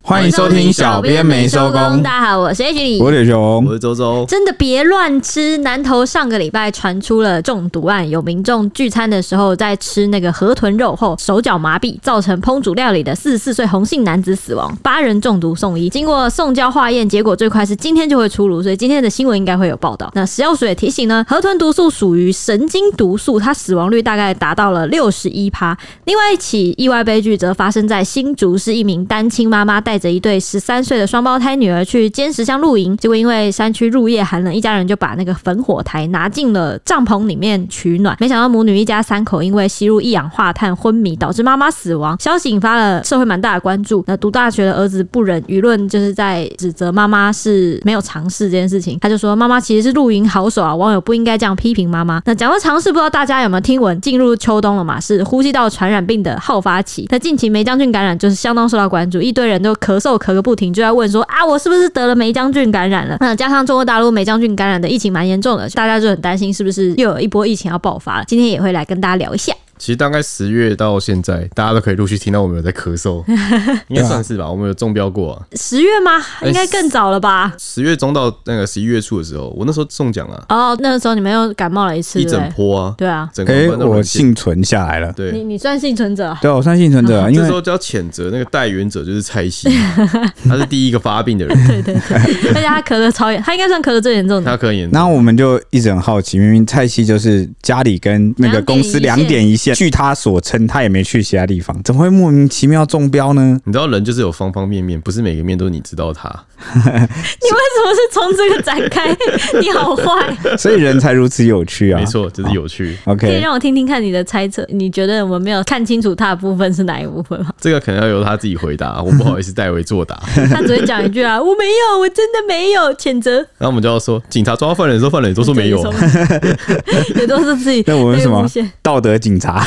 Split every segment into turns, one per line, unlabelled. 欢迎收听小编没收工。
大家好，我是 H 李。
我是
我
熊，
是周周，
真的别乱吃！南投上个礼拜传出了中毒案，有民众聚餐的时候在吃那个河豚肉后手脚麻痹，造成烹煮料理的四十四岁红姓男子死亡，八人中毒送医，经过送交化验，结果最快是今天就会出炉，所以今天的新闻应该会有报道。那食药署也提醒呢，河豚毒素属于神经毒素，它死亡率大概达到了六十一趴，另外一起意外悲剧则发生在新竹，是一名单亲妈妈带着一对十三岁的双胞胎女儿去尖石乡露营，结果因为山区入夜寒冷，一家人就把那个焚火台拿进了帐篷里面取暖。没想到母女一家三口因为吸入一氧化碳昏迷，导致妈妈死亡。消息引发了社会蛮大的关注。那读大学的儿子不忍，舆论就是在指责妈妈是没有尝试这件事情。他就说妈妈其实是露营好手啊，网友不应该这样批评妈妈。那讲到尝试，不知道大家有没有听闻，进入秋冬了嘛，是呼吸道传染病的好发期。那近期梅将军感染就是相当受到关注，一堆人都咳嗽咳个不停，就在问说啊，我是不是得了梅将军感染了？那加上中国大陆梅将军感染的疫情蛮严重的，大家就很担心是不是又有一波疫情要爆发了。今天也会来跟大家聊一下。
其实大概十月到现在，大家都可以陆续听到我们有在咳嗽，应该算是吧？我们有中标过啊。
十月吗？应该更早了吧？
十月中到那个十一月初的时候，我那时候中奖了，
哦，那个时候你们又感冒了一次，
一
对不
整
对？
波啊，
对啊，
整个
哎、
班都
我
沦陷
幸存下来了。
你
对。
你算幸存者啊，
对，我算幸存者啊，因
这时
为
候就要谴责那个带源者，就是蔡西，他是第一个发病的人，
而且他咳得超严，他应该算咳得最严重的。
他可能也
然后我们就一直很好奇，明明蔡西就是家里跟那个公司两
两点
点一线，据他所称，他也没去其他地方，怎么会莫名其妙中标呢？
你知道人就是有方方面面，不是每个面都是你知道他。
你为什么是从这个展开？ 你好坏，
所以人才如此有趣啊！
没错，就是有趣。
可以
OK，
让我听听看你的猜测。你觉得我们没有看清楚他的部分是哪一部分吗？
这个可能要由他自己回答，我不好意思代为 作答。
他只会讲一句 啊，我没有，我真的没有，谴责。
然后我们就要说，警察抓到犯人的时候，犯人也都说没有，
也都是 自己
那我们是什
内
么
部线
道德警察
啊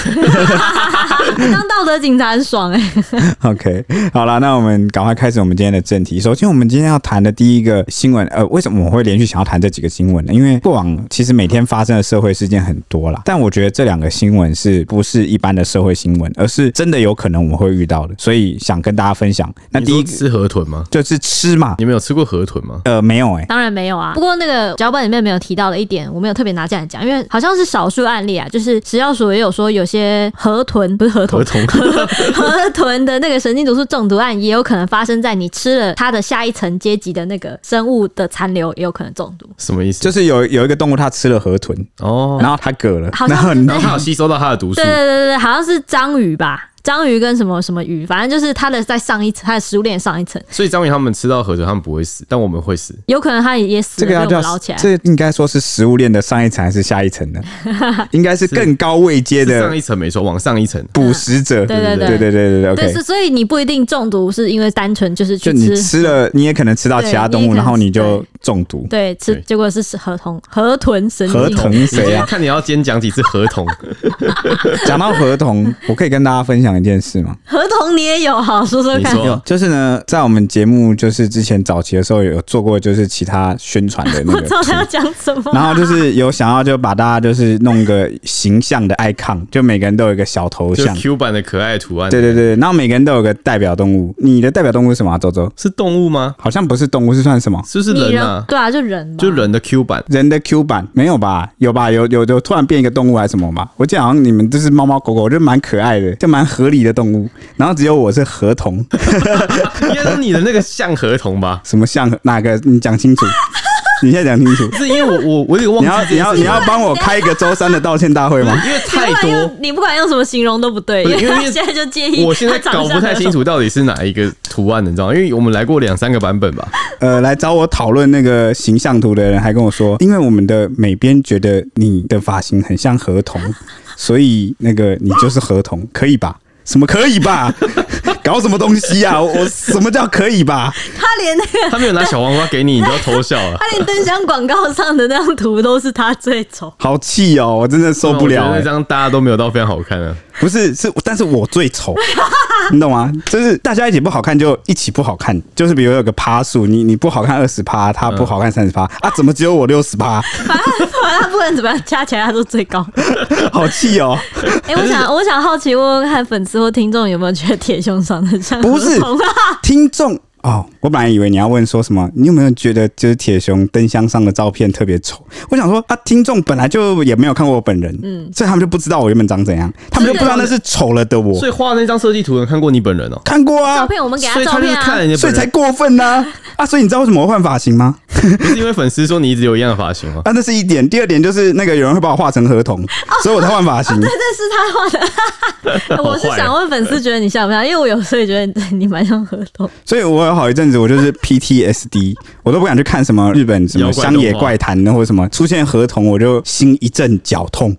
当道德警察很爽哎、
？OK，好了，那我们赶快开始我们今天的正题。首先，我们今天要谈的第一个新闻，呃，为什么我们会连续想要谈这几个新闻呢？因为过往其实每天发生的社会事件很多啦，但我觉得这两个新闻是不是一般的社会新闻，而是真的有可能我们会遇到的，所以想跟大家分享。那
你
第
说
一个
吃河豚吗？
就是吃嘛，
你们有吃过河豚吗？
呃，没有哎、
当然没有啊。不过那个脚本里面没有提到的一点，我没有特别拿进来讲，因为好像是少数案例啊。就是食药署也有说，有些河豚不是河
河
豚，
豚
河豚的那个神经毒素中毒案，也有可能发生在你吃了它的下一层阶级的那个生物的残留，也有可能中毒。
什么意思？
就是有有一个动物它吃了河豚，
哦，
然后它嗝了，
好像
然后你
然后他有吸收到他的毒素
对，对对对，对好像是章鱼吧。章鱼跟什么什么鱼，反正就是它的在上一层，它的食物链上一层，
所以章鱼他们吃到河豚，他们不会死，但我们会死。
有可能它也死
这
了，
个
被
要
我
叫
们捞起来。
这应该说是食物链的上一层还是下一层 呢？应该是更高位阶
是上
的
一层没错，往上一层。
捕食者。
对对对
对对对对对
对，
，OK
是。所以你不一定中毒，是因为单纯就是
就
去
你
吃
吃了，你也可能吃到其他动
对你也可
物，
能
然后你就中毒。
对，吃
对
结果是河豚河豚神
河
经。
豚
你今
谁
天
啊？
看你要先讲几次合 同，
讲到河豚，我可以跟大家分享一件事吗？
河豚你也有，好说说
你
看。
说
就是呢，在我们节目就是之前早期的时候有做过，就是其他宣传的那
我
个
知道他要讲什么。
然后就是有想要就把大家就是弄个形象的 icon，就每个人都有一个小头
就
像。
Q 版的可爱图案，
对对对，然后每个人都有个代表动物。你的代表动物是什么、啊？周周
是动物吗？
好像不是动物，是算什么？
是不是
你
人
人
啊？
对啊，就人嘛，
就人的 Q 版，
人的 Q 版没有吧？有吧？有有有，突然变一个动物还是什么吧？我记得好像你们就是猫猫狗狗，就蛮可爱的，就蛮合理的动物。然后只有我是河童，
应该是你的那个像合同吧？
什么像哪个？你讲 清楚，你现在讲清楚。
是因为我我我有
你
点
要
忘记
你
这件
要
事
你要帮我开一个周三的道歉大会吗？
因为
你
太
不管
多，
用你不管用什么形容都不对，
不是
因为
因为
他 现在就介意。
我现在搞不太清。楚到底是哪一个图案，你知道吗？因为我们来过两三个版本吧，
呃，来找我讨论那个形象图的人还跟我说，因为我们的美编觉得你的发型很像河 童，所以那个你就是河童，可以吧？什么可以 吧？搞什么东西呀、我我什么叫可以吧？
他连那个
他没有拿小黄瓜给你，你就要偷笑了。
他连灯箱广告上的那张图都是他最 丑。
好气哦，我真的 受不
啊我
了、
觉得那
欸。
张大家都没有到非常好看啊。
不是是，但是我最丑，你懂吗？就是大家一起不好看就一起不好看，就是比如有个趴数，你你不好看二十趴，他不好看三十趴啊，怎么只有我六十趴？
反正反正他不管怎么样，加起来他都最高。
好气哦！
哎、我想我想好奇问问看粉丝或听众有没有觉得铁胸长得像
不是
河童啊？
听众哦，我本来以为你要问说什么，你有没有觉得就是铁熊灯箱上的照片特别丑？我想说啊，听众本来就也没有看过我本人，嗯，所以他们就不知道我原本长怎样，他们就不知道那是丑了的我
所。以画那张设计图的人看过你本人哦、
看过
照
啊，
片我们给
所
他
以
照
他就是
片啊
看，人家
所以
本
才
人，
过分呐、啊！所以你知道为什么我会换发型吗？
不是因为粉丝说你一直有一样的 发型吗？
啊，那是一点。第二点就是那个有人会把我画成合同，所以我才换发型。
这是他画的。
啊
我是想问粉丝觉得你像不像？因为我有时候也觉得你蛮像河童。
所以我有好一阵子我就是 PTSD，我都不敢去看什么日本什么
妖怪
乡
动
野
画
怪谈或者什么出现合同，我就心一阵绞痛。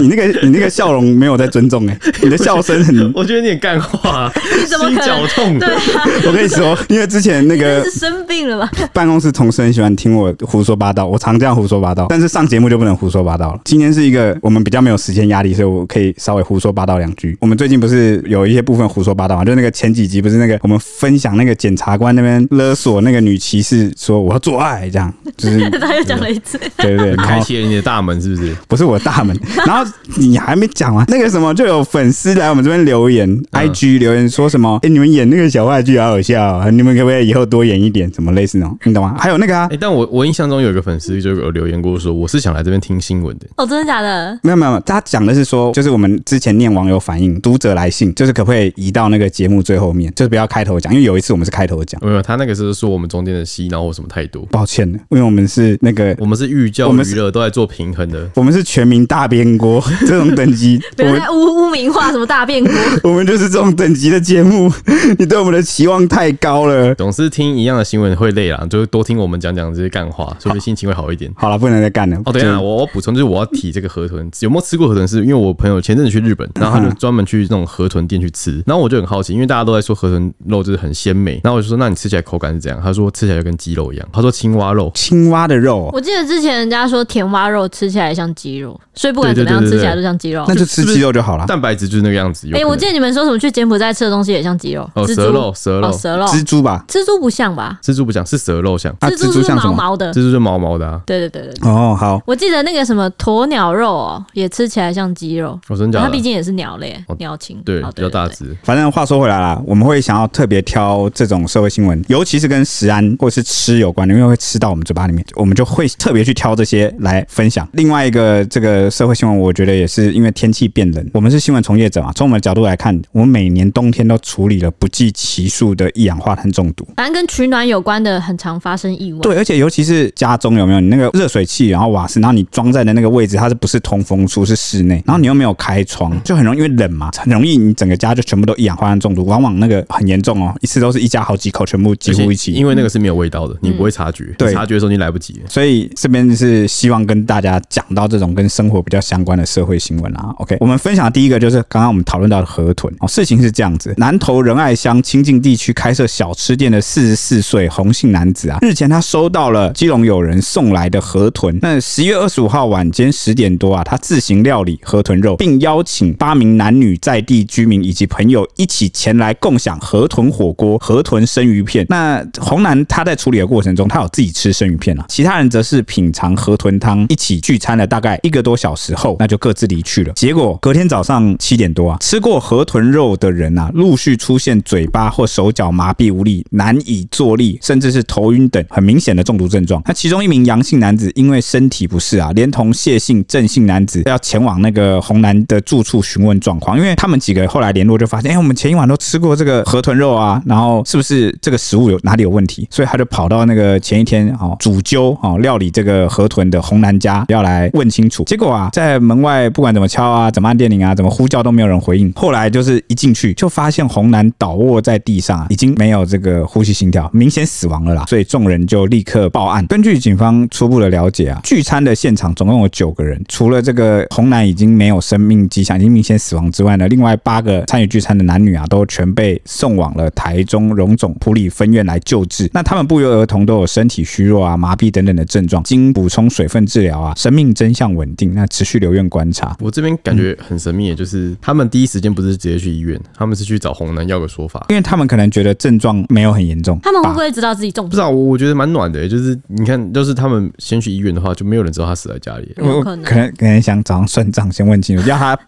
你那个你那个笑容没有在尊重哎、你的笑声很，
我觉得你也干话、
你 怎么
心
可能
绞痛。
对啊，
我跟你说，因为之前那
这
个
是生病了吧？
办公室同事很喜欢听我胡说八道，我常这样胡说八道，但是上节目就不能胡说八道了。今天是一个我们比较没有时间压力，所以我可以稍微胡说八道两句。我们最近不是有一些部分胡说八道嘛，就那个前几集不是那个我们分享那个检察官那边勒索那个女骑士说我要做爱这样，就是
他又讲了一次，
嗯
对对对，然
开
后
启了你的大门，是不是？
不是我大门，然后你还没讲完，那个什么就有粉丝来我们这边留言、i g 留言说什么，哎、你们演那个小话剧好好笑哦、你们可不可以以后多演一点，什么类似那种，你懂吗？还有那个啊
哎、，但我我印象中有一个粉丝就有留言过说，我是想来这边听新闻的。
哦，真的假的？
没有没有，没有他讲的是说，就是我们之前念网友反映读者来信，就是可不可以移到那个节目最后面，就是不要开头讲，因为有一次我们是开头讲，
没有，他那个是说我们中间的洗脑或什么太多，
抱歉了，因为我们是那个
我们是寓教
我们是
娱乐都在做平衡的。
我们是全民大变锅这种等级，
不
我
要
们
再污污名化什么大变故。
我们就是这种等级的节目，你对我们的期望太高了。
总是听一样的新闻会累啦，就是多听我们讲讲这些干话，说不定心情会好一点。
好了，不能再干了。
哦，对
就
啊，我我补充就是我要提这个河豚，有没有吃过河豚是？因为我朋友前阵子去日本，然后
嗯
他就专门去那种河豚店去吃，然后我就很好奇，因为大家都在说河豚肉就是很鲜美，然后我就说那你吃起来口感是怎样？他说吃起来就跟鸡肉一样，他说青蛙肉。
青蛙的肉哦，
我记得之前人家说甜蛙肉吃起来像鸡肉，所以不管怎么样
对对对
吃
对
起来都像鸡肉
那。就吃
是不是
鸡肉就好了。
蛋白质就是那个样子。有
哎，
可能
我记得你们说什么去柬埔寨吃的东西也像鸡肉，
哦
蜘
蛇
蛛
肉蛇肉
哦蛇肉，
蜘蛛吧，
蜘蛛不像吧？
蜘蛛不讲是蛇肉像，
啊，蜘
蛛
蛛
是
像什
毛
么？
毛的
蜘，蛛就毛毛的、啊。
对对对对。对
哦，好，
我记得那个什么鸵鸟肉哦，也吃起来像鸡肉，
我、真假
啊它
的？
毕竟也是鸟类
哦，
鸟禽，
对
哦
比较大。
对对
只。
反正话说回来啦，我们会想要特别挑这种社会新闻，尤其是跟食安或是吃有关的，因为会吃到我们嘴巴里面，我们就会特别去挑这些来分享。另外一个这个社会新闻，我觉得也是因为天气变冷，我们是新闻从业者嘛，从我们的角度来看，我们每年冬天都处理了不计其数的一氧化碳中毒。
反正跟取暖有关的，很常发生意外。
对，而且尤其是家中有没有你那个热水器，然后瓦斯，然后你装在的那个位置，它是不是通风处是室内，然后你又没有开窗，就很容易因为冷嘛，很容易你整个家就全部都一氧化碳中毒，往往那个很严重哦，一次都是一家好几口全部几乎一起，
因为那个是没有味道的，你
嗯
不会察觉。
对
你察觉的时候你来不及了。
所以这边是希望跟大家讲到这种跟生活比较相关的社会新闻啊。OK，我们分享的第一个就是刚刚我们讨论到的河豚哦，事情是这样子：南投仁爱乡清境地区开设小吃店的四十四岁洪姓男子啊，日前他收到了基隆友人送来的河豚。那十一月二十五号晚间十点多啊，他自行料理河豚肉，并邀请八名男女在地居民以及朋友一起前来共享河豚火锅、河豚生鱼片。那洪南他在处理的过程中，他有自己吃生鱼片啊，其他人则是品尝河豚汤，一起聚餐了大概一个多小时后，那就各自离去了。结果隔天早上七点多啊，吃过河豚肉的人啊，陆续出现嘴巴或手脚麻痹无力、难以坐立，甚至是头晕等很明显的中毒症状。那其中一名阳性男子因为身体不适啊，连同谢姓、郑姓男子要前往那个洪南的住处询问状况，因为他们几个后来联络就发现，哎、我们前一晚都吃过这个河豚肉啊，然后是不是这个食物有哪里有问题？所以他就跑到那个前一天哦主揪哦料理这个河豚的洪南家要来问清楚。结果啊，在门外不管怎么敲啊，怎么按电铃啊，怎么呼叫都没有人回应。后来就是一进去就发现洪南倒卧在地上啊，已经没有这个呼吸心跳，明显死亡了啦。所以众人就立刻报案。根据警方初步的了解啊，聚餐的现场总共有九个人，除了这个洪南已经没有生命迹象，已经明显死亡之外呢，另外八个参与聚餐的男女啊，都全被送往了台中荣总普里分院来救治。那他们不约而同都有身体虚弱啊、麻痹等等的症状，经补充水分治疗啊，生命真相稳定。那持续。持续留院观察。
我这边感觉很神秘，就是他们第一时间不是直接去医院，他们是去找红男要个说法。
因为他们可能觉得症状没有很严重，
他们会不
吧
会知道自己中
啊不知？道，我我觉得蛮暖的、欸就是你看，要是他们先去医院的话，就没有人知道他死在家里。
有
我
可能
可能可能想早上算账，先问清楚，要他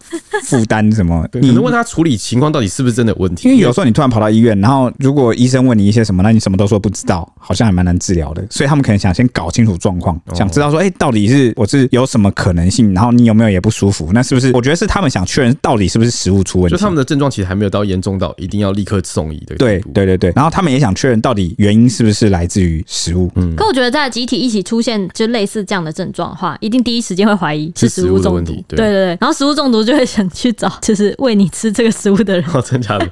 负担什么？
对，
你
可能问他处理情况到底是不是真的有问
嗯
题，
因为有时候你突然跑到医院，然后如果医生问你一些什么，那你什么都说不知道，好像还蛮难治疗的。所以他们可能想先搞清楚状况，
哦
想知道说，哎、到底是我是有什么可能性，然后你有没有也不舒服？那是不是？我觉得是他们想确认到底是不是食物出问题。
就他们的症状其实还没有到严重到一定要立刻送医的
对
地步。
对对对，然后他们也想确认到底原因是不是来自于食物。嗯，
可我觉得在集体一起出现就类似这样的症状的话，一定第一时间会怀疑是
是
食
食
物
物的
中
问
毒。
题
对
对
对对，然后食物中毒就会想去找就是喂你吃这个食物的人，
哦， 真假的？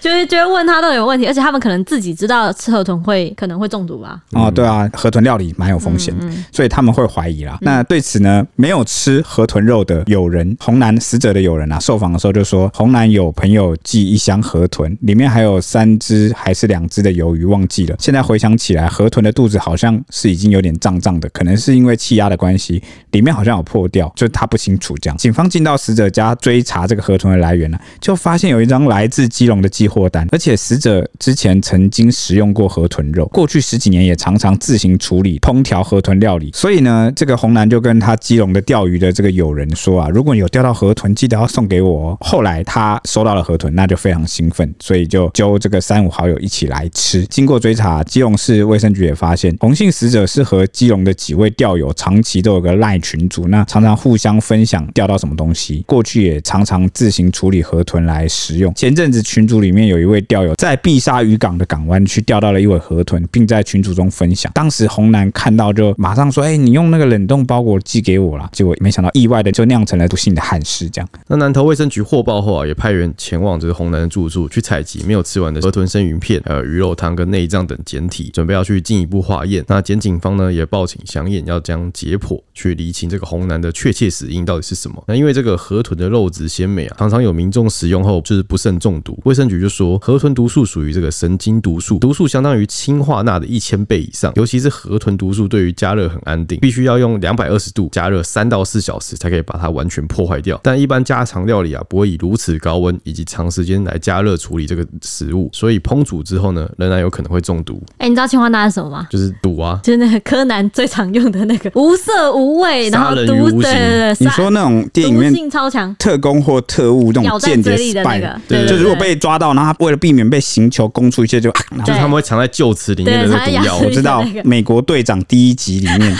就是就会问他到底有问题，而且他们可能自己知道吃河豚会可能会中毒吧。
哦，对啊，河豚料理蛮有风险，所以他们会怀疑啦。那对此呢，没有吃河豚肉的友人，红男死者的友人啊，受访的时候就说，红男有朋友寄一箱河豚，里面还有三只还是两只的鱿鱼，忘记了。现在回想起来，河豚的肚子好像是已经有点胀胀的，可能是因为气压的关系，里面好像有破掉，就他不清楚这样。警方进到死者家追查这个河豚的来源呢、就发现有一张来自基隆的寄货单，而且死者之前曾经食用过河豚肉，过去十几年也常常自行处理烹调河豚料理。所以呢，这个红男就跟他基隆的钓鱼的这个友人说啊，如果有钓到河豚，记得要送给我、哦。后来他收到了河豚，那就非常兴奋，所以就揪这个三五好友一起来吃。经过追查，基隆市卫生局也发现，红姓死者是和基隆的几位钓友长期都有个赖群组，那常常互相分享钓到什么东西，过去也常常自行处理河豚来食用。前阵子群组里面有一位钓友在碧沙渔港的港湾区钓到了一尾河豚，并在群组中分享。当时红男看到就马上说：“哎、你用那个冷冻包裹寄给我啦。”结果没想到意外的就酿成了不幸的憾事，这样。
那南投卫生局获报后啊，也派员前往就是红男的住处去采集没有吃完的河豚生鱼片、呃鱼肉汤跟内脏等简体，准备要去进一步化验。那检警方呢也报请详验，要将解剖去厘清这个红男的确切死因到底是什么。那因为这个河豚的肉质鲜美啊，常常有民众食用后就是不慎中毒。卫生局就说，河豚毒素属于这个神经毒素，毒素相当于氢化钠的一千倍以上，尤其是河豚毒素对于加热很安定，必须要用两百二十度加热三到四小时才可以把它完全破坏掉。但一般家常料理啊，不会以如此高温以及长时间来加热处理这个食物，所以烹煮之后呢，仍然有可能会中毒，
哎、你知道青花钠是什么吗？
就是毒啊。
就是那个柯南最常用的那个无色无味，然后
杀人于
毒
无
对
形
对对，
你
杀
说那种电影里
毒
面
性超强，
特工或特务那
咬
种
在
间谍
嘴里的
spy，
那个对
对
就
对
如果
对
被抓到，然后他为了避免被刑求供出一切，就啊，然后
就是他们会藏在臼齿里面的
对
那个
藏在
毒
牙
药
齿
我
里
知道
那个
《美国队长》第一集里面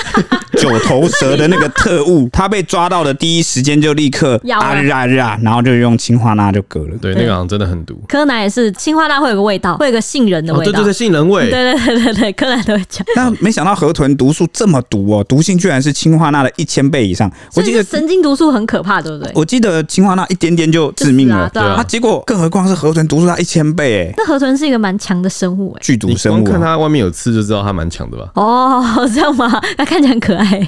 九头蛇的那个特务，他被抓到的第一时间就立刻
咬了
啊日啊日啊，然后就用氰化钠就隔 了。
对，
对
那个好像真的很毒。
柯南也是青花辣会有个味道，会有个杏仁的
哦，
味
对
道。
对对，杏仁味，
对对对对对柯南都会讲。
但没想到河豚毒素这么毒哦，毒性居然是氰化钠的一千倍以上。我
所
记
以
得
神经毒素很可怕，对不对？
我记得氰化钠一点点就致命了，
就死啊对
啊
啊，结果更何况是河豚毒素它一千倍，哎，
那河豚是一个蛮强的生物哎、？
剧毒
你
生
光
物
看
啊。
它外面有刺就知道它蛮强的吧
哦，这样吗？ 它看起来很可爱，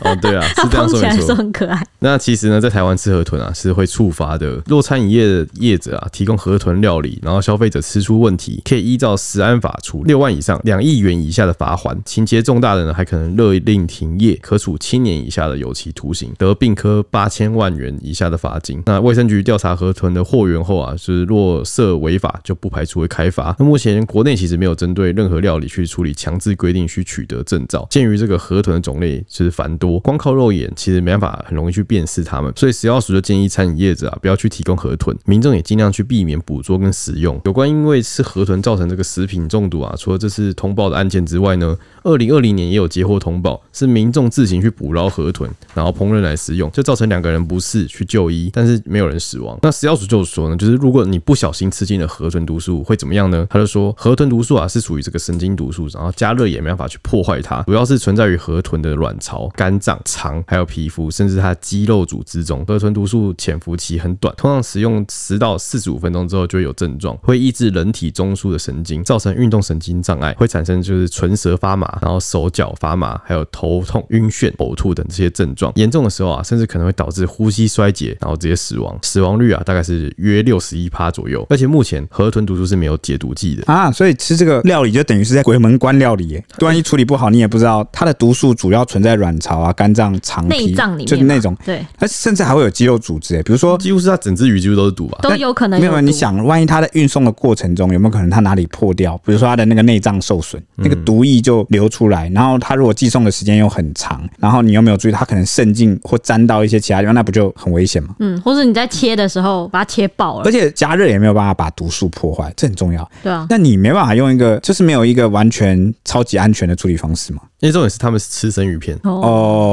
哦，对啊，
它
是这样
碰
说
起来
没
的时
错
候。很可爱。
那其实呢，在台湾吃河豚啊是会触发的。若餐饮业的业者啊提供河豚料理，然后消费者吃出问题，可以依照食安法处六万以上两亿元以下的罚款，情节重大的呢还可能勒令停业，可处七年以下的有期徒刑，得并科八千万元以下的罚金。那卫生局调查河豚的货源后啊，就是若涉违法，就不排除会开罚。那目前国内其实没有针对任何料理去处理强制规定需取得证照。鉴于这个河豚的种类其实繁多，光靠肉眼其实没办法很容易去辨识它们，所以食药署就建议餐饮业者啊不要去提供河豚，民众也尽量去避免捕捉跟食用。有关因为吃河豚造成这个食品中毒啊，除了这次通报的案件之外呢，二零二零年也有接获通报，是民众自行去捕捞河豚，然后烹饪来食用，就造成两个人不适去就医，但是没有人死亡。那食药署就说呢，就是如果你不小心吃进了河豚毒素，会怎么样呢？他就说河豚毒素啊是属于这个神经毒素，然后加热也没办法去破坏它，主要是存在于河豚的卵巢、肝脏、肠还有皮肤，甚至它的肌肉组织中。河豚毒素潜伏期很短，通常使用十到四十五分钟之后就会有症状，会抑制人体中枢的神经，造成运动神经障碍，会产生就是唇舌发麻，然后手脚发麻，还有头痛、晕眩、呕吐等这些症状。严重的时候啊，甚至可能会导致呼吸衰竭，然后直接死亡。死亡率啊，大概是约六十一趴左右。而且目前河豚毒素是没有解毒剂的。
啊，所以吃这个料理就等于是在鬼门关料理耶，万一处理不好，你也不知道它的毒素主要存在卵巢啊、肝脏、肠
内
皮，
脏里面嘛
就是那种，
对，
它甚至还会有肌肉组织、欸，比如说。
几乎是它整只鱼几乎都是毒吧。
都有可能
没有，
毒
哦你想，万一它在运送的过程中，有没有可能它哪里破掉？比如说它的那个内脏受损，那
嗯
个毒液就流出来，然后它如果寄送的时间又很长，然后你又没有注意，它可能渗进或沾到一些其他地方，那不就很危险吗？
嗯，或者你在切的时候把它切爆
而
了，
且加热也没有办法把毒素破坏，这很重要。
对啊，
那你没办法用一个，就是没有一个完全超级安全的处理方式嘛？
因为重点是他们是吃生鱼片，
哦。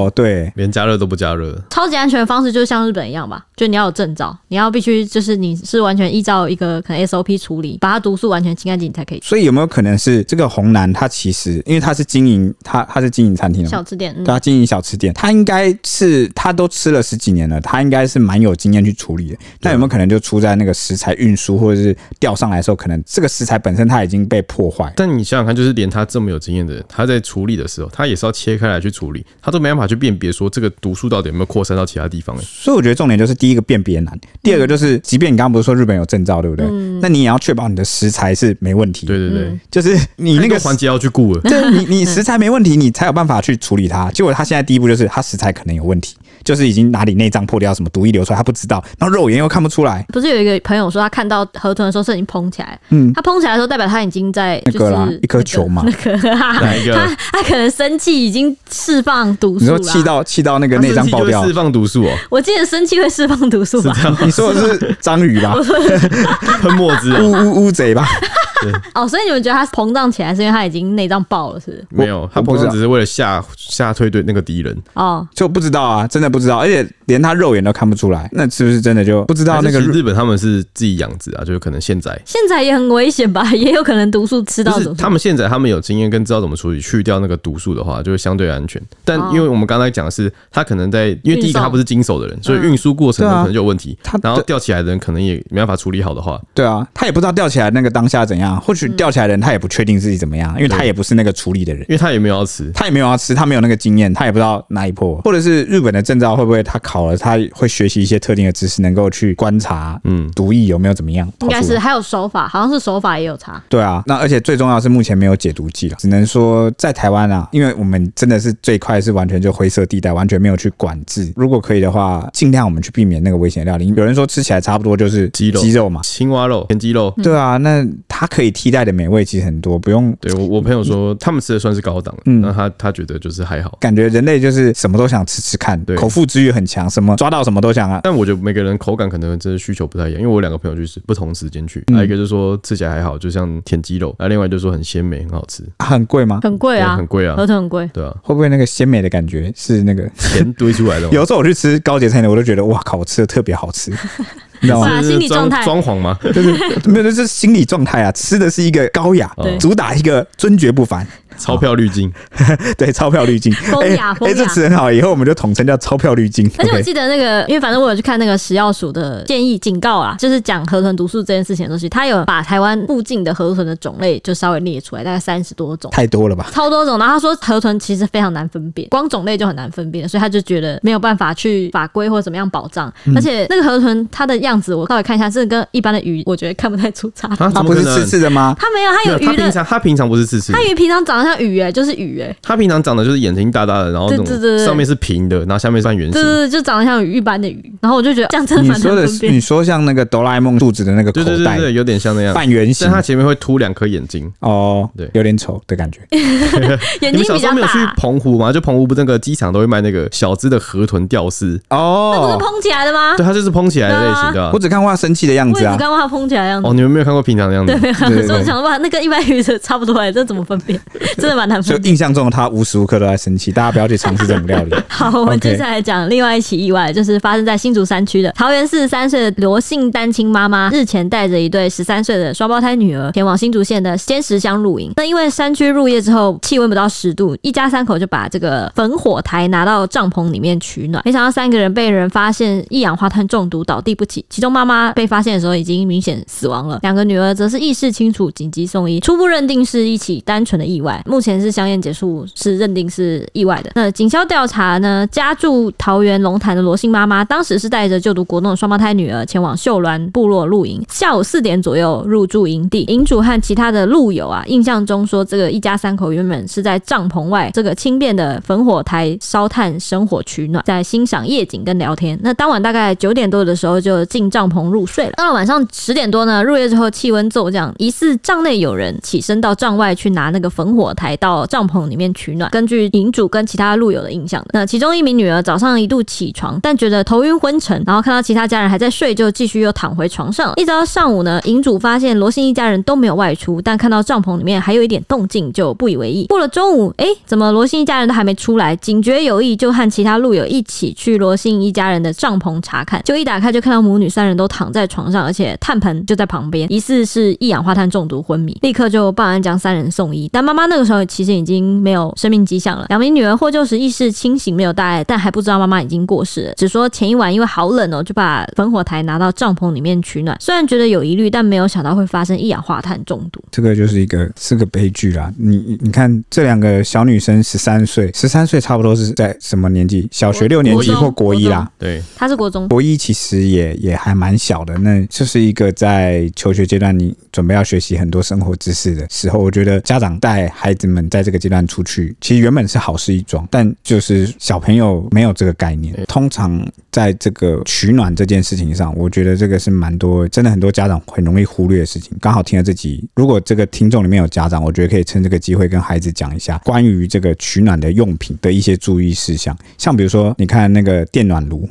哦，对，
连加热都不加热。
超级安全的方式就像日本一样吧，就你要有证照，你要必须就是你是完全依照一个可能 SOP 处理，把它毒素完全清干净，你才可以去
所以有没有可能是这个红男他其实因为他是经营他他是经营餐厅的嘛
小吃店。嗯
对，他经营小吃店，他应该是他都吃了十几年了，他应该是蛮有经验去处理的。但有没有可能就出在那个食材运输或者是调上来的时候，可能这个食材本身它已经被破坏？
但你想想看，就是连他这么有经验的人，他在处理的时候，他也是要切开来去处理，他都没办法去辨别说这个毒素到底有没有扩散到其他地方、欸。
所以我觉得重点就是第一个辨别难，第二个就是，
嗯
即便你刚刚不是说日本有证照，对不对？那你也要确保你的食材是没问题。
对，对对，
就是你那
太多
个
环节要去顾 了。
对你，你食材没问题，你才有办法去处理它。结果他现在第一步就是他食材可能有问题，就是已经哪里内脏破掉，什么毒液流出来，他不知道，然后肉眼又看不出来。
不是有一个朋友说他看到河豚的时候是已经膨起来，
嗯
嗯，他膨起来的时候代表他已经在
那
就是
个啦，一颗球嘛，
哪一个？
他他可能生气已经释放毒
你说
素了。
气到气到那个内脏爆
它
掉
是释，放毒素
啊
哦，
我记得生气会释放毒素吧？
你说的 是章鱼吧？
喷墨汁哦。
乌乌乌贼吧？
哦，所以你们觉得它膨胀起来是因为它已经内脏爆了，是不是？
没有，他
我不
不
知
是
道
只是为了吓吓退对那个敌人。
哦，
就不知道啊，真的不知道，而且连他肉眼都看不出来，那是不是真的就不知道那个
还是其实日本他们是自己养殖啊，就是可能现在
现在也很危险吧？也有可能毒素吃
不
到
是
毒素
他。们现在他们有经验跟知道怎么处理，去掉那个毒素的话，就会相对安全。但
哦
因为我们刚才讲的是，他可能在因为第一
运
个
送嗯
他不是经手的人，所以运输过程
对
中
啊
可能就有问题
他。
然后吊起来的人可能也没办法处理好的话，
对啊，他也不知道吊起来那个当下怎样，或许吊起来的人他也不确定自己怎么样，因为他也不是那个处理的人。
因为他也没有要吃。
他也没有要吃，他没有那个经验，他也不知道哪里破，或者是日本的证照会不会他考了，他会学习一些特定的知识，能够去观察，嗯
嗯，
毒液有没有怎么样？
应该
跑出
是
来
还有手法，好像是手法也有差。
对啊，那而且最重要的是目前没有解毒剂了，只能说在台湾啊，因为我们真的是最快是完全就灰色地带，完全没有去管制。如果可以的话，尽量我们去避免那个危险的料理。有人说吃起来差不多就是
鸡肉
鸡肉嘛，
青蛙肉、田鸡
嗯
肉，
对啊，那它可以替代的美味其实很多，不用
对我我朋友
嗯
说他们吃的算是高档的，
嗯
那他他觉得就是还好。
感觉人类就是什么都想吃吃看，
对
口腹之欲很强，什么抓到什么都想啊。
但我觉得每个人口感可能真的需求不太一样，因为我有两个朋友就是不同时间去，
嗯
还有一个就是说吃起来还好，就像田鸡肉，那另外就是说很鲜美，很好吃，
啊很贵吗？
很贵
对
啊
很，贵啊
河，豚很贵。
对啊，
会不会那个鲜美的感觉是那个？
钱堆出来的嘛。
有时候我去吃高级餐厅，我都觉得哇靠，我吃的特别好 吃，你知道吗？
啊心理状态
装潢吗？
就是没有，就是心理状态啊，吃的是一个高雅
对，
主打一个尊爵不凡，
钞票滤镜，
对，钞票滤镜，
风
哎
雅风
哎，
雅
这词很好，以后我们就统称叫钞票滤镜。
而且我
OK，
记得那个，因为反正我有去看那个食药署的建议警告啊，就是讲河豚毒素这件事情的东西，它有把台湾附近的河豚的种类就稍微列出来，大概三十多种。
太多了吧？
超多种，然后他说河豚其实非常难分辨，光种类就很难分辨，所以他就觉得没有办法去法规或者怎么样保障。而且那个河豚它的样子，我稍微看一下，是跟一般的鱼，我觉得看不太出差。
啊
它
怎么
不
可
是
能
刺刺的 吗？
它没有，它
没
有
有，他
鱼
平
的，
常他平常不是刺刺的
它，鱼平常长得像鱼哎、就是鱼哎、
他平常长得就是眼睛大大的，然后那
对对
种
对对
上面是平的，然后下面是半圆
对
形。
对对，就长得像鱼一般的鱼。然后我就觉得这样真的
你
蛮难
说的
分
是，
辨
你。说像那个哆啦 A 梦肚子的那个口
对对对
袋
对，，对有点像那样，
半圆形
但它前面会凸两颗眼睛。
哦，
对
有点丑的感觉。
眼
你
睛
们小
比
时
较
候没有去
大，
澎湖吗？就澎湖不那个机场都会卖那个小只的河豚吊丝，
不是
哦，
蓬起来的吗
对，？它就是蓬起来的类型，对吧
我？只看过他生气的样
我也
子啊
只。看过它蓬起来的样子
哦，。你们没有看过平常的样子，
对啊，
对对对
所以我想说哇，那跟一般鱼的差不多哎、这怎么分辨？ 真的蛮难
就
分辨。
印象中他无时无刻都在生气，大家不要去尝试这种料理。
好，我们
OK
接下来讲另外一起意外，就是发生在新竹山区的桃园四十三岁的罗姓单亲妈妈，日前带着一对十三岁的双胞胎女儿前往新竹县的仙石乡露营。那因为山区入夜之后气温不到十度，一家三口就把这个焚火台拿到帐篷里面取暖。没想到三个人被人发现一氧化碳中毒倒地不起，其中妈妈被发现的时候已经明显死亡了，两个女儿则是意识清楚，紧急送医，初步认定是一起单纯的意外。外，目前是香验结束是认定是意外的。那警消调查呢，家住桃园龙潭的罗姓妈妈，当时是带着就读国中的双胞胎女儿前往秀峦部落露营，下午四点左右入住营地。营主和其他的路友啊，印象中说这个一家三口原本是在帐篷外这个轻便的焚火台烧炭生火取暖，在欣赏夜景跟聊天。那当晚大概九点多的时候就进帐篷入睡了。到了晚上十点多呢，入夜之后气温骤降，疑似帐内有人起身到帐外去拿那个焚火台到帐篷里面取暖。根据营主跟其他路友的印象，那其中一名女儿早上一度起床，但觉得头晕昏沉，然后看到其他家人还在睡，就继续又躺回床上了。一直到上午呢，营主发现罗信一家人都没有外出，但看到帐篷里面还有一点动静，就不以为意。过了中午，哎，怎么罗信一家人都还没出来？警觉有异，就和其他路友一起去罗信一家人的帐篷查看。就一打开，就看到母女三人都躺在床上，而且炭盆就在旁边，疑似是一氧化碳中毒昏迷。立刻就报案将三人送医，但妈妈那个时候其实已经没有生命迹象了。两名女儿获救时意识清醒，没有大碍，但还不知道妈妈已经过世了，只说前一晚因为好冷哦，就把焚火台拿到帐篷里面取暖。虽然觉得有疑虑，但没有想到会发生一氧化碳中毒。
这个就是一个是个悲剧啦。你你看，这两个小女生十三岁，十三岁差不多是在什么年纪？小学
国
六年级
国
或国一啦。
对，
她是国中，
国一其实也也还蛮小的，那就是一个在求学阶段，你准备要学习很多生活知识的时候，我觉得家长带孩子们在这个阶段出去，其实原本是好事一桩，但就是小朋友没有这个概念。通常在这个取暖这件事情上，我觉得这个是蛮多，真的很多家长很容易忽略的事情。刚好听了这集，如果这个听众里面有家长，我觉得可以趁这个机会跟孩子讲一下关于这个取暖的用品的一些注意事项，像比如说，你看那个电暖炉，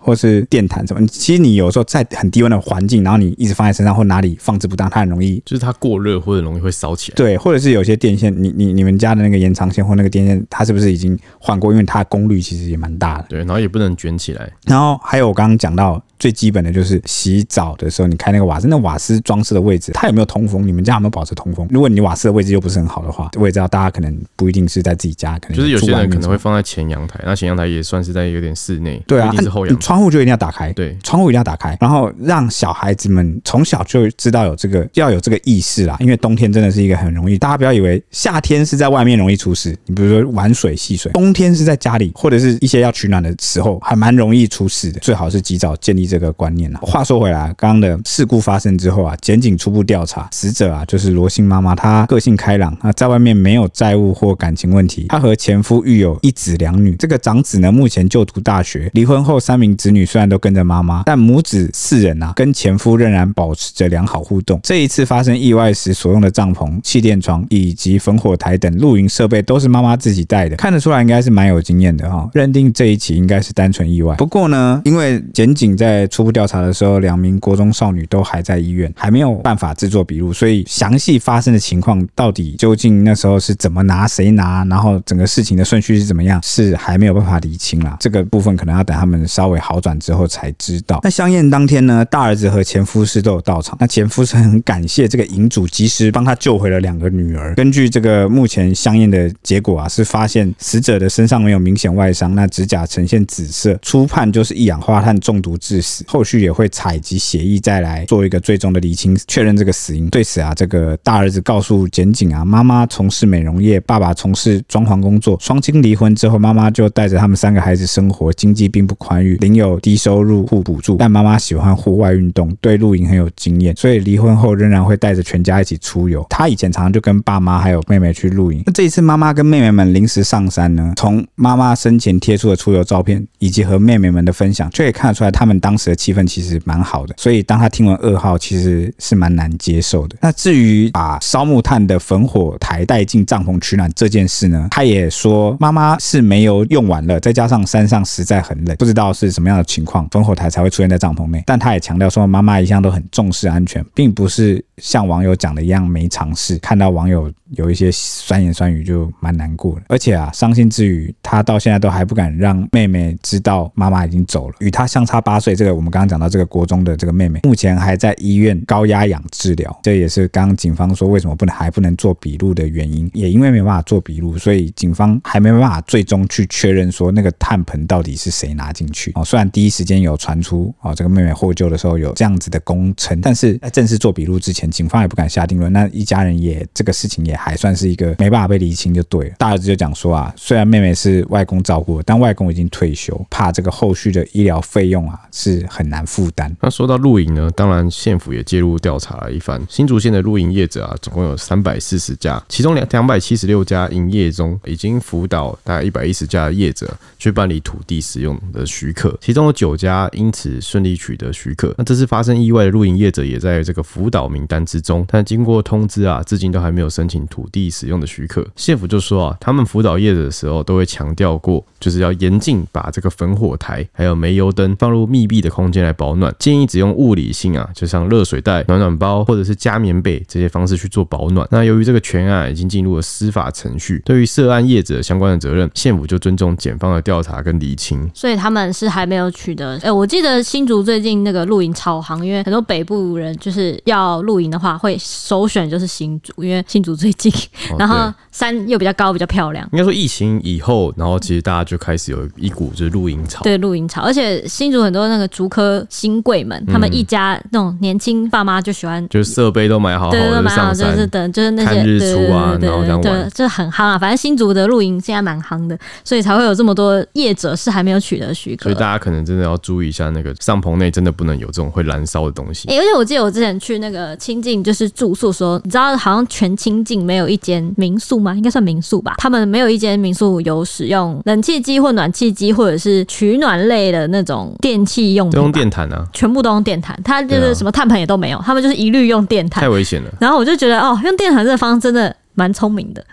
或是电毯什么，其实你有时候在很低温的环境，然后你一直放在身上或哪里放置不当，它很容易
就是它过热或者容易会烧起来。
对，或者是有些电线，你你你们家的那个延长线或那个电线，它是不是已经换过？因为它的功率其实也蛮大的。
对，然后也不能卷起来，
然后还有我刚刚讲到最基本的就是洗澡的时候，你开那个瓦斯，那瓦斯装饰的位置它有没有通风？你们家有没有保持通风？如果你瓦斯的位置又不是很好的话，我也知道大家可能不一定是在自己家，可能
就是有
住
些
外
人
面
可能
什么
会放在前阳台，那前阳台也算是在有点室内，
对啊，
不一定是后
你
阳台。
窗户就一定要打开，
对
窗户一定要打开，然后让小孩子们从小就知道有这个要有这个意识啦，因为冬天真的是一个很容易，大家不要以为夏天是在外面容易出事，你比如说玩水戏水，冬天是在家里或者是一些要取暖的时候，还蛮容易出事的，最好是及早建立这个观念啦。话说回来啊，刚刚的事故发生之后啊，检警初步调查，死者啊就是罗姓妈妈，她个性开朗啊，在外面没有债务或感情问题，她和前夫育有一子两女，这个长子呢目前就读大学，离婚后三名子女虽然都跟着妈妈，但母子四人啊跟前夫仍然保持着良好互动。这一次发生意外时所用的帐篷、气垫床以及焚火台等露营设备都是妈妈自己带的，看得出来应该是蛮有经验的哈、认定这一起应该是单纯意外。不过呢，因为检警在初步调查的时候，两名国中少女都还在医院，还没有办法制作笔录，所以详细发生的情况到底究竟那时候是怎么拿、谁拿，然后整个事情的顺序是怎么样，是还没有办法理清啦。这个部分可能要等他们稍微好转之后才知道。那香艳当天呢，大儿子和前夫是都有到场，那前夫是很感谢这个营主及时帮他救回了两个女儿。根据这个目前香艳的结果啊，是发现死者的身上没有明显外伤，那指甲呈现紫色，初判就是一氧化碳中毒致死，后续也会采集血液再来做一个最终的厘清，确认这个死因。对此啊，这个大儿子告诉检警啊，妈妈从事美容业，爸爸从事装潢工作，双亲离婚之后，妈妈就带着他们三个孩子生活，经济并不宽裕，领有低收入户补助，但妈妈喜欢户外运动，对露营很有经验，所以离婚后仍然会带着全家一起出游。她以前常常就跟爸妈还有妹妹去露营，那这一次妈妈跟妹妹们临时上山呢，从妈妈生前贴出的出游照片以及和妹妹们的分享，就可以看得出来他们当时的气氛其实蛮好的。所以当她听闻噩耗，其实是蛮难接受的。那至于把烧木炭的焚火台带进帐篷取暖这件事呢，她也说妈妈是没有用完了，再加上山上实在很冷，不知道是什么样的情况，烽火台才会出现在帐篷内。但她也强调说，妈妈一向都很重视安全，并不是像网友讲的一样没尝试。看到网友有一些酸言酸语，就蛮难过的。而且啊，伤心之余，她到现在都还不敢让妹妹知道妈妈已经走了。与她相差八岁，这个我们刚刚讲到这个国中的这个妹妹，目前还在医院高压氧治疗。这也是刚刚警方说为什么不能还不能做笔录的原因，也因为没有办法做笔录，所以警方还没办法最终去确认说那个炭盆到底是谁拿进去。哦，虽然。虽然第一时间有传出啊、哦，这个妹妹获救的时候有这样子的功臣，但是呃在正式做笔录之前，警方也不敢下定论。那一家人也这个事情也还算是一个没办法被厘清，就对了。大儿子就讲说啊，虽然妹妹是外公照顾的，但外公已经退休，怕这个后续的医疗费用啊是很难负担。
那说到露营呢，当然县府也介入调查了一番。新竹县的露营业者啊，总共有三百四十家，其中两两百七十六家营业中，已经辅导大概一百一十家的业者去办理土地使用的许可，其中有九家因此顺利取得许可。那这次发生意外的露营业者也在这个辅导名单之中，但经过通知啊，至今都还没有申请土地使用的许可。县府就说啊，他们辅导业者的时候都会强调过，就是要严禁把这个焚火台还有煤油灯放入密闭的空间来保暖，建议只用物理性啊，就像热水袋、暖暖包或者是加棉被这些方式去做保暖。那由于这个全案已经进入了司法程序，对于涉案业者相关的责任，县府就尊重检方的调查跟厘清。
所以他们是还没有取得。哎、我记得新竹最近那个露营超行，因为很多北部人就是要露营的话，会首选就是新竹，因为新竹最近，
哦
然
对哦
后山又比较高，比较漂亮。
应该说疫情以后，然后其实大家就开始有一股就是露营潮。
对露营潮，而且新竹很多那个竹科新贵们，
嗯
他们一家那种年轻爸妈就喜欢，
就是设备都买好好
对对
的
对，蛮好，
哦上
就
山，
是等就是那些
看日出啊
对
然后
对
这
对
样
对，
玩
对这很夯啊。反正新竹的露营现在蛮夯的，所以才会有这么多业者是还没有取得许可
所以。大家可能真的要注意一下，那个帐篷内真的不能有这种会燃烧的东西。
哎、而且我记得我之前去那个清境，就是住宿的时候，你知道好像全清境没有一间民宿吗？应该算民宿吧，他们没有一间民宿有使用冷气机或暖气机，或者是取暖类的那种电器用
都
品
用
吧。
电毯啊，
全部都用电毯，它就
对
是
啊
什么碳盆也都没有，他们就是一律用电
太
毯。，
危险了
然后我就觉得哦，用电毯这个方式真的蛮聪明的，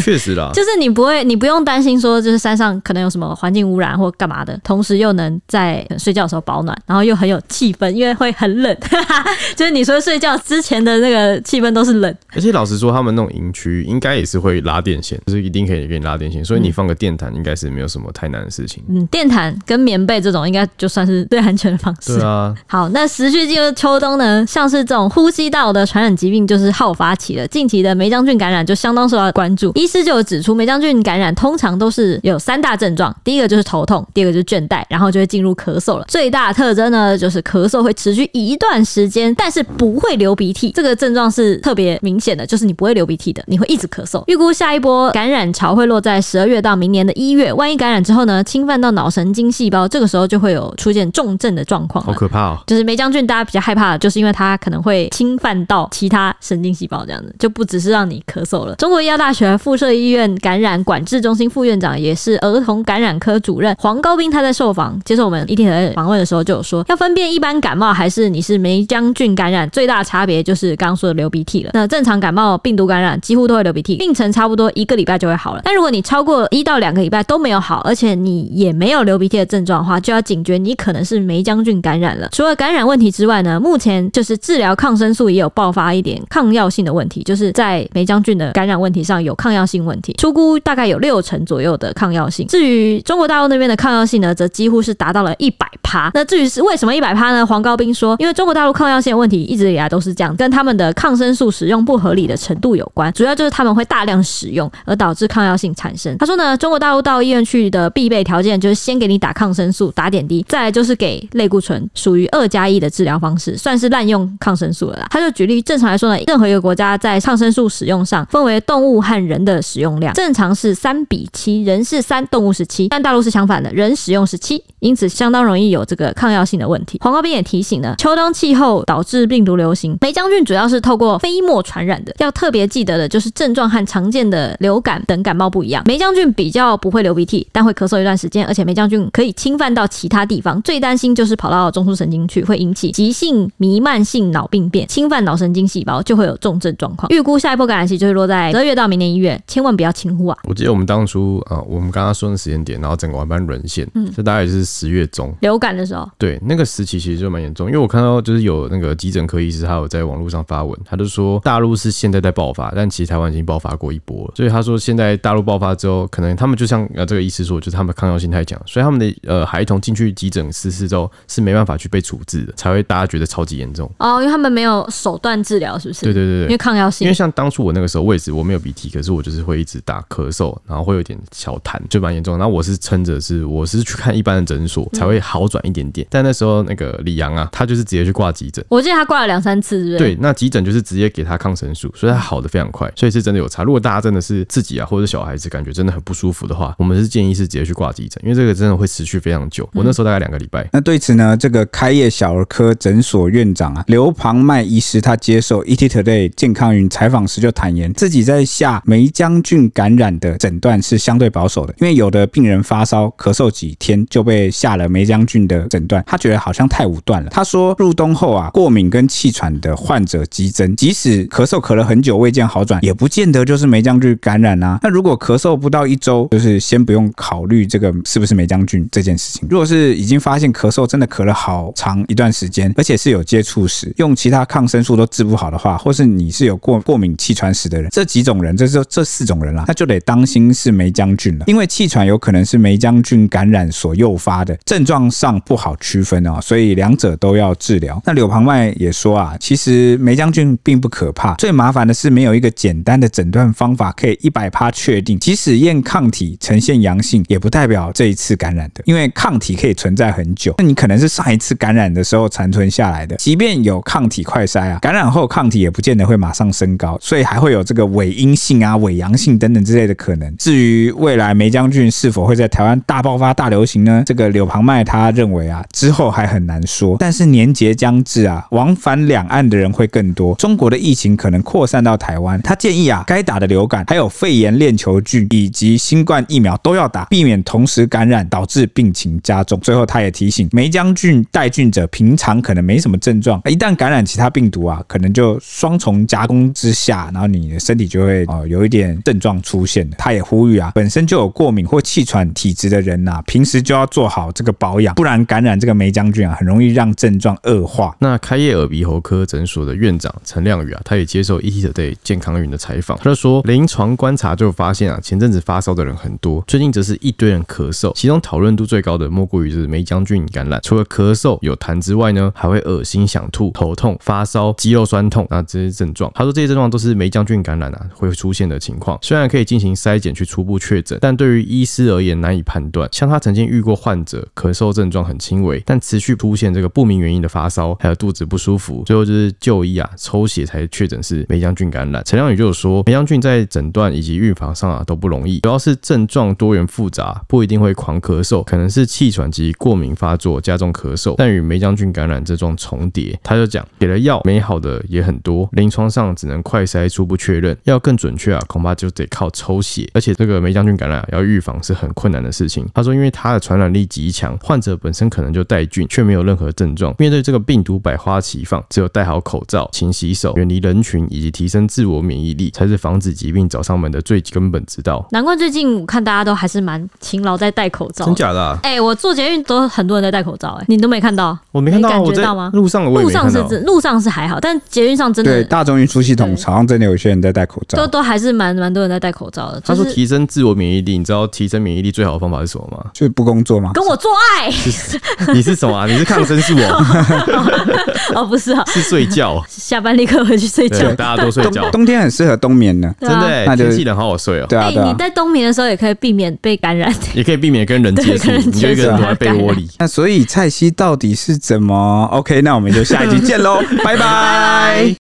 确实啦。
就是你不会，你不用担心说就是山上可能有什么环境污染或干嘛的，同时又能在呃睡觉的时候保暖，然后又很有气氛，因为会很冷， 就是你说睡觉之前的那个气氛都是冷，
而且老实说，他们那种营区应该也是会拉电线，就是一定可以给你拉电线，所以你放个电毯应该是没有什么太难的事情。
嗯，电毯跟棉被这种应该就算是最安全的方式
对。啊，
好，那持续进入秋冬呢，像是这种呼吸道的传染疾病就是好发期了。近期的梅将军感染就相当受到关注。医师就有指出，梅将军感染通常都是有三大症状，第一个就是头痛，第二个就是倦怠，然后就会进入咳嗽了。最大的特征呢，就是咳嗽会持续一段时间，但是不会流鼻涕。这个症状是特别明显的，就是你不会流鼻涕的，你会一直咳嗽。预估下一波感染潮会落在十二月到明年的一月。万一感染之后呢，侵犯到脑神经细胞，这个时候就会有出现重症的状况了
好。可怕哦、
就是梅将军，大家比较害怕，的就是因为它可能会侵犯到其他神经细胞，这样子就不只是让你咳嗽了。中国医药大学附设医院感染管制中心副院长，也是儿童感染科主任黄高斌，他在受访接受我们 ETN 访问的时候就有说，要分辨一般感冒还是你是梅将军感染，最大的差别就是刚刚说的流鼻涕了。那正常感冒、病毒感染几乎都会流鼻涕，病程差不多一个礼拜就会好了。但如果你超过一到两个礼拜都没有好，而且你也没有流鼻涕的症状的话，就要警觉你可能是梅将军感染了。除了感染问题之外呢，目前就是治疗抗生素也有爆发一点抗药性的问题，就是在梅将军的感染问题上有抗药性问题，出估大概有六成左右的抗药性。至于中国大陆那边的抗药性呢，则几乎是达到了一百趴。那至于是为什么一百趴呢？黄高斌说，因为中国大陆抗药性的问题一直以来都是这样，跟他们的抗生素使用不合理的程度有关，主要就是他们会大量使用，而导致抗药性产生。他说呢，中国大陆到医院去的必备条件就是先给你打抗生素、打点滴，再来就是给类固醇，属于二加一的治疗方式，算是滥用抗生素了啦。他就举例，正常来说呢，任何一个国家在抗生素使用上分为动物和人的使用量，正常是三比七，人是三，动物是七，但大陆是相反的，人使用是七，因此相当容易有这个抗药性的问题。黄高斌也提醒呢，秋冬气候导致病毒流行，梅将军主要是透过飞沫传染的，要特别记得的就是症状和常见的流感等感冒不一样，梅将军比较不会流鼻涕，但会咳嗽一段时间，而且梅将军可以侵犯到其他地方，最担心就是跑到中枢神经去，会引起急性弥漫性脑病变，侵犯脑神经细胞，就会有重症状况。预估下一波感染期就是落在十二月到明年一月，千万不要轻忽啊！
我记得我们当初啊、呃我们刚刚说的时间点，然后整个晚班沦陷，这大概就是十月中。
流感的时候，
对，那个时期其实就蛮严重，因为我看到就是有那个急诊科医师，他有在网络上发文，他就说大陆是现在在爆发，但其实台湾已经爆发过一波了，所以他说现在大陆爆发之后，可能他们就像呃这个医师说，就是他们抗药性太强，所以他们的呃孩童进去急诊室室之后是没办法去被处置的，才会大家觉得超级严重。
哦，因为他们没有手段治疗，是不是？
对对对
因
对
为。抗药
因
性
为。像当初我那个时候，我也是我没有鼻涕，可是我就是会一直打咳嗽，然后会有点小痰，就蛮严重的。然后我是撑着是，我是去看一般的诊所才会好转一点点。但那时候那个李阳啊，他就是直接去挂急诊。
我记得他挂了两三次，是不是？
对，那急诊就是直接给他抗生素，所以他好的非常快，所以是真的有差。如果大家真的是自己啊或者小孩子感觉真的很不舒服的话，我们是建议是直接去挂急诊，因为这个真的会持续非常久。我那时候大概两个礼拜，
那对此呢，这个开业小儿科诊所院长啊，刘庞麦医师，他接受 ETtoday 健康云采访时就坦言，自己在下梅将军感染的诊断是相对保守的，因为有的病人发烧、咳嗽几天就被下了梅将军的诊断，他觉得好像太武断了。他说，入冬后啊，过敏跟气喘的患者激增，即使咳嗽咳了很久未见好转，也不见得就是梅将军感染啊。那如果咳嗽不到一周，就是先不用考虑这个是不是梅将军这件事情。如果是已经发现咳嗽真的咳了好长一段时间，而且是有接触史，用其他抗生素都治不好的话，或是你是有过过敏气喘史的人，这几种人，这这这四种人啦，那就得当心是梅将军了，因为气喘有可能是梅将军感染所诱发的，症状上不好区分哦，所以两者都要治疗。那柳旁麦也说啊，其实梅将军并不可怕，最麻烦的是没有一个简单的诊断方法可以一百趴确定，即使验抗体呈现阳性，也不代表这一次感染的，因为抗体可以存在很久，那你可能是上一次感染的时候残存下来的，即便有抗体快筛啊，感染后抗体也不见得会马上升高，所以还会有这个伪阴性啊、伪阳性等等之类的可能。至于未来梅将军是否会在台湾大爆发、大流行呢？这个柳旁麦他认为啊，之后还很难说，但是年节将至啊，往返两岸的人会更多，中国的疫情可能扩散到台湾。他建议啊，该打的流感、还有肺炎链球菌以及新冠疫苗都要打，避免同时感染导致病情加重。最后，他也提醒梅将军带菌者平常可能没什么症状，一旦感染其他病毒啊，可能就双重夹攻之下，然后你的身体就会呃有一点症状出现的。他也呼吁啊，本身就有过敏或气喘体质的人呐、啊平时就要做好这个保养，不然感染这个梅将军啊，很容易让症状恶化。
那开业耳鼻喉科诊所的院长陈亮宇啊，他也接受 ET Today 健康云的采访，他就说，临床观察就发现啊，前阵子发烧的人很多，最近则是一堆人咳嗽，其中讨论度最高的莫过于就是梅将军感染，除了咳嗽有痰之外呢，还会恶心、想吐、头痛、发烧、肌肉酸痛啊这些症状。他说这些症状都是梅将军感染啊会出现的情况，虽然可以进行筛检去初步确诊，但对于医师而言难以判断。像他曾经遇过患者咳嗽症状很轻微，但持续出现这个不明原因的发烧，还有肚子不舒服，最后就是就医啊抽血才确诊是梅将军感染。陈亮宇就有说，梅将军在诊断以及预防上啊都不容易，主要是症状多元复杂，不一定会狂咳嗽，可能是气喘及过敏发作加重咳嗽，但与梅将军感染症状重叠。他就讲，给了药没好的也很多，临床上只能快筛初步确认，要更准确啊，恐怕就得靠抽血，而且这个梅将军感染啊要预防是很困难的事情。他说，因为它的传染力极强，患者本身可能就带菌，却没有任何症状。面对这个病毒百花齐放，只有戴好口罩、勤洗手、远离人群以及提升自我免疫力，才是防止疾病找上门的最根本之道。
难怪最近我看大家都还是蛮勤劳在戴口罩的。
真假的啊、
哎、我做捷运都很多人在戴口罩、哎，你都没看到？
我没看到啊，
你
我
感觉
在
到吗？
路上我也
路
没
上
看
是
到。
真路上是还好，但捷运上真
对，
的
大众运输系统
对
好像真的有些人在戴口罩？
都。都还是蛮蛮多人在戴口罩的。
他
就
说
是
提升自我免疫力，你知道提升免疫力最好的方法是什么吗
就不工作吗？
跟我做爱
你是什么、啊？你是抗生素哦，
哦，不是啊，
是 睡觉。
下班立刻回去睡觉。
对，大家都睡觉
冬，冬天很适合冬眠呢。
对
真
啊
的、欸，
那就
天气冷好好睡哦、
对啊，
哎、
对
你
啊。
在冬眠的时候也可以避免被感染。
也可以避免跟人接
对
触
跟，人
你就一个
接
人
触
躲在被窝里。
那所以蔡西到底是怎么？OK，那我们就下一集见喽，拜拜。